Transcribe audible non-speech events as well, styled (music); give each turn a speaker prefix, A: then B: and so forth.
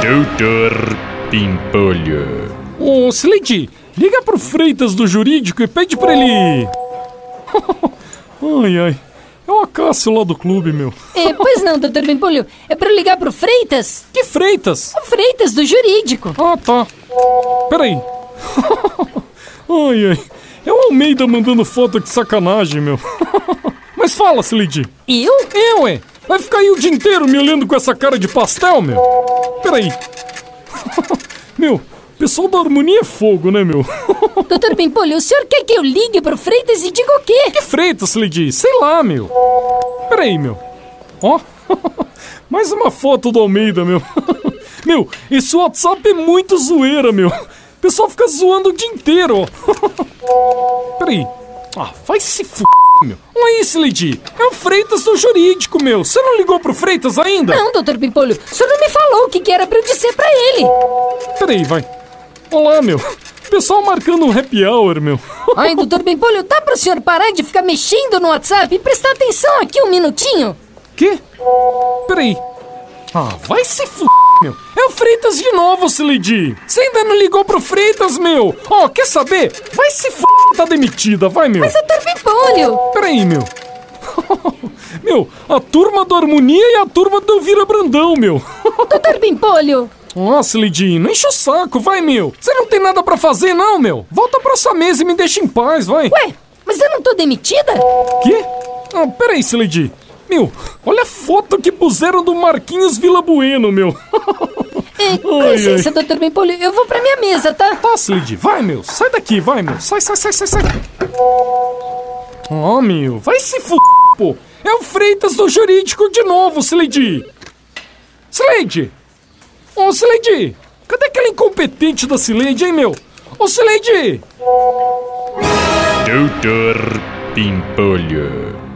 A: Doutor Pimpolho.
B: Ô, Silente, liga pro Freitas do Jurídico e pede pra ele. (laughs) ai, ai. É o Acácio lá do clube, meu.
C: É, pois não, doutor Pimpolho. É pra eu ligar pro Freitas?
B: Que Freitas?
C: O Freitas do Jurídico.
B: Ah, tá. Peraí. (laughs) ai, ai. É o Almeida mandando foto de sacanagem, meu. (laughs) Mas fala, Silente.
C: Eu?
B: Eu, é? Vai ficar aí o dia inteiro me olhando com essa cara de pastel, meu? Peraí. (laughs) meu, o pessoal da harmonia é fogo, né, meu?
C: Doutor Pimpolho, o senhor quer que eu ligue pro Freitas e diga o quê?
B: Que Freitas, Lady? Sei lá, meu. Peraí, meu. Ó. (laughs) Mais uma foto do Almeida, meu. (laughs) meu, esse WhatsApp é muito zoeira, meu. O pessoal fica zoando o dia inteiro, ó. (laughs) Peraí. Ah, vai se f... meu. Não é isso, Lady. É o Freitas do Jurídico, meu. Você não ligou pro Freitas ainda?
C: Não, doutor Pimpolho, o senhor não me falou o que, que era pra eu dizer pra ele.
B: Peraí, vai. Olá, meu. Pessoal marcando um happy hour, meu. (laughs)
C: Ai, doutor Pimpolho, dá pro senhor parar de ficar mexendo no WhatsApp e prestar atenção aqui um minutinho?
B: Quê? Peraí. Ah, vai se f... meu. É o Freitas de novo, Sileidi. Você ainda não ligou pro Freitas, meu. Ó, quer saber? Vai se f... Tá demitida, vai, meu.
C: Mas é- doutor Pimpolho...
B: Peraí, meu. (laughs) meu, a turma da Harmonia e a turma do Elvira Brandão, meu. (laughs)
C: Doutor Pimpolho...
B: Nossa, Lidy, não enche o saco, vai, meu. Você não tem nada pra fazer, não, meu. Volta pra sua mesa e me deixa em paz, vai.
C: Ué, mas eu não tô demitida?
B: Quê? Ah, peraí, Sileidi. Meu, olha a foto que puseram do Marquinhos Vila Bueno, meu.
C: É, com
B: Ai,
C: licença, doutor Pimpolho, eu vou pra minha mesa, tá?
B: Tá, Sileidi, vai, meu. Sai daqui, vai, meu. Sai, sai, sai, sai, sai. Ah, meu, vai se f... pô. É o Freitas do Jurídico de novo, Sileidi. Sileidi! Ô, Sileidi! Cadê aquele incompetente da Sileidi, hein, meu? Ô, Sileidi!
A: Doutor Pimpolho.